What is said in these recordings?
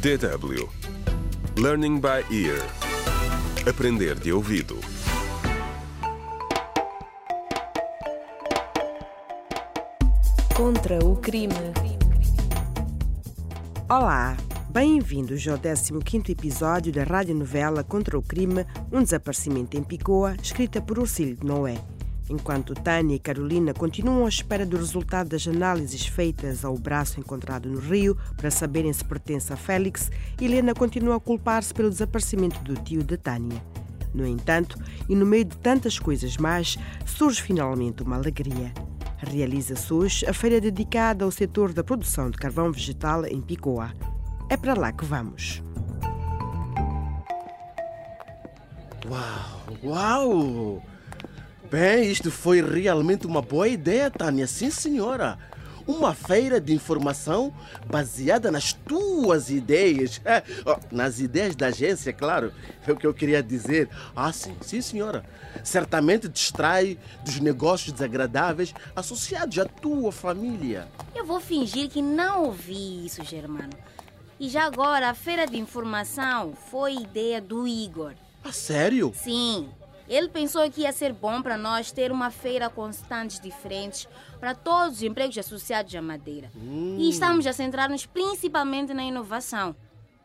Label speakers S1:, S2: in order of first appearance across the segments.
S1: DW Learning by Ear Aprender de ouvido
S2: Contra o crime.
S3: Olá, bem-vindos ao 15º episódio da radionovela Contra o Crime, um desaparecimento em Picoa, escrita por Ursílio de Noé. Enquanto Tânia e Carolina continuam à espera do resultado das análises feitas ao braço encontrado no rio para saberem se pertence a Félix, Helena continua a culpar-se pelo desaparecimento do tio de Tânia. No entanto, e no meio de tantas coisas mais, surge finalmente uma alegria. Realiza-se hoje a feira dedicada ao setor da produção de carvão vegetal em Picoa. É para lá que vamos.
S4: Uau, uau! Bem, isto foi realmente uma boa ideia, Tânia. Sim, senhora. Uma feira de informação baseada nas tuas ideias. Oh, Nas ideias da agência, claro. É o que eu queria dizer. Ah, sim, sim, senhora. Certamente distrai dos negócios desagradáveis associados à tua família.
S5: Eu vou fingir que não ouvi isso, Germano. E já agora, a feira de informação foi ideia do Igor.
S4: Ah, sério?
S5: Sim, ele pensou que ia ser bom para nós ter uma feira com stands diferentes para todos os empregos associados à madeira. E estamos a centrar-nos principalmente na inovação.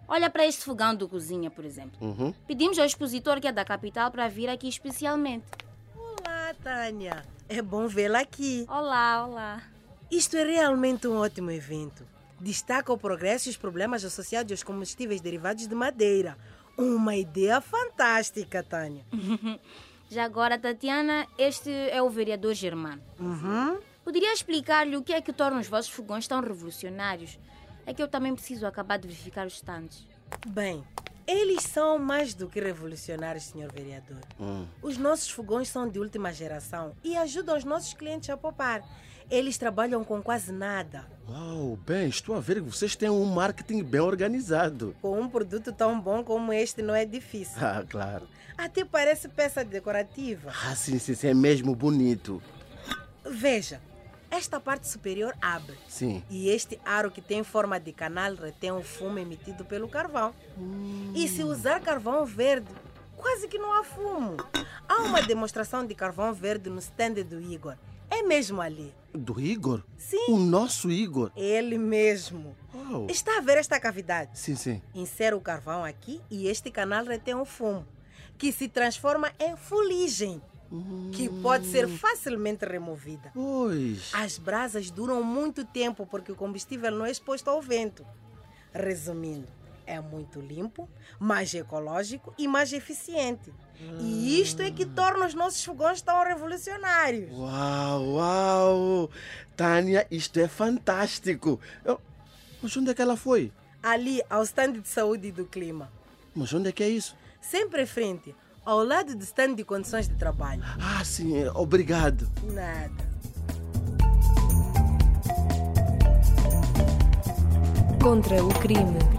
S5: Olha para este fogão do cozinha, por exemplo.
S4: Uhum.
S5: Pedimos ao expositor que é da capital para vir aqui especialmente.
S2: Olá, Ah, Tânia. É bom vê-la aqui.
S5: Olá, olá.
S2: Isto é realmente um ótimo evento. Destaca o progresso e os problemas associados aos combustíveis derivados de madeira. Uma ideia fantástica, Tânia.
S5: Já agora, Tatiana, este é o vereador Germano.
S2: Uhum.
S5: Poderia explicar-lhe o que é que torna os vossos fogões tão revolucionários? É que eu também preciso acabar de verificar os stands.
S2: Bem, eles são mais do que revolucionários, senhor vereador.
S4: uhum.
S2: Os nossos fogões são de última geração e ajudam os nossos clientes a poupar. Eles trabalham com quase nada.
S4: Uau, bem, estou a ver que vocês têm um marketing bem organizado.
S2: Com um produto tão bom como este não é difícil.
S4: Ah, claro.
S2: Até parece peça decorativa.
S4: Ah, sim, sim, sim, é mesmo bonito.
S2: Veja, esta parte superior abre.
S4: Sim.
S2: E este aro que tem forma de canal retém o fumo emitido pelo carvão. E se usar carvão verde, quase que não há fumo. Há uma demonstração de carvão verde no stand do Igor. É mesmo ali.
S4: Do Igor?
S2: Sim,
S4: O nosso Igor?
S2: ele mesmo.
S4: Uau.
S2: Está a ver esta cavidade?
S4: Sim, sim.
S2: Insere o carvão aqui e este canal retém o fumo, que se transforma em fuligem, que pode ser facilmente removida.
S4: Pois.
S2: As brasas duram muito tempo porque o combustível não é exposto ao vento. Resumindo, é muito limpo, mais ecológico e mais eficiente. E isto é que torna os nossos fogões tão revolucionários.
S4: Uau, uau. Tânia, isto é fantástico. Eu- Mas onde é que ela foi?
S2: Ali, ao stand de saúde e do clima.
S4: Mas onde é que é isso?
S2: Sempre em frente, ao lado do stand de condições de trabalho.
S4: Ah, sim, é, obrigado.
S2: Nada.
S6: Contra o crime.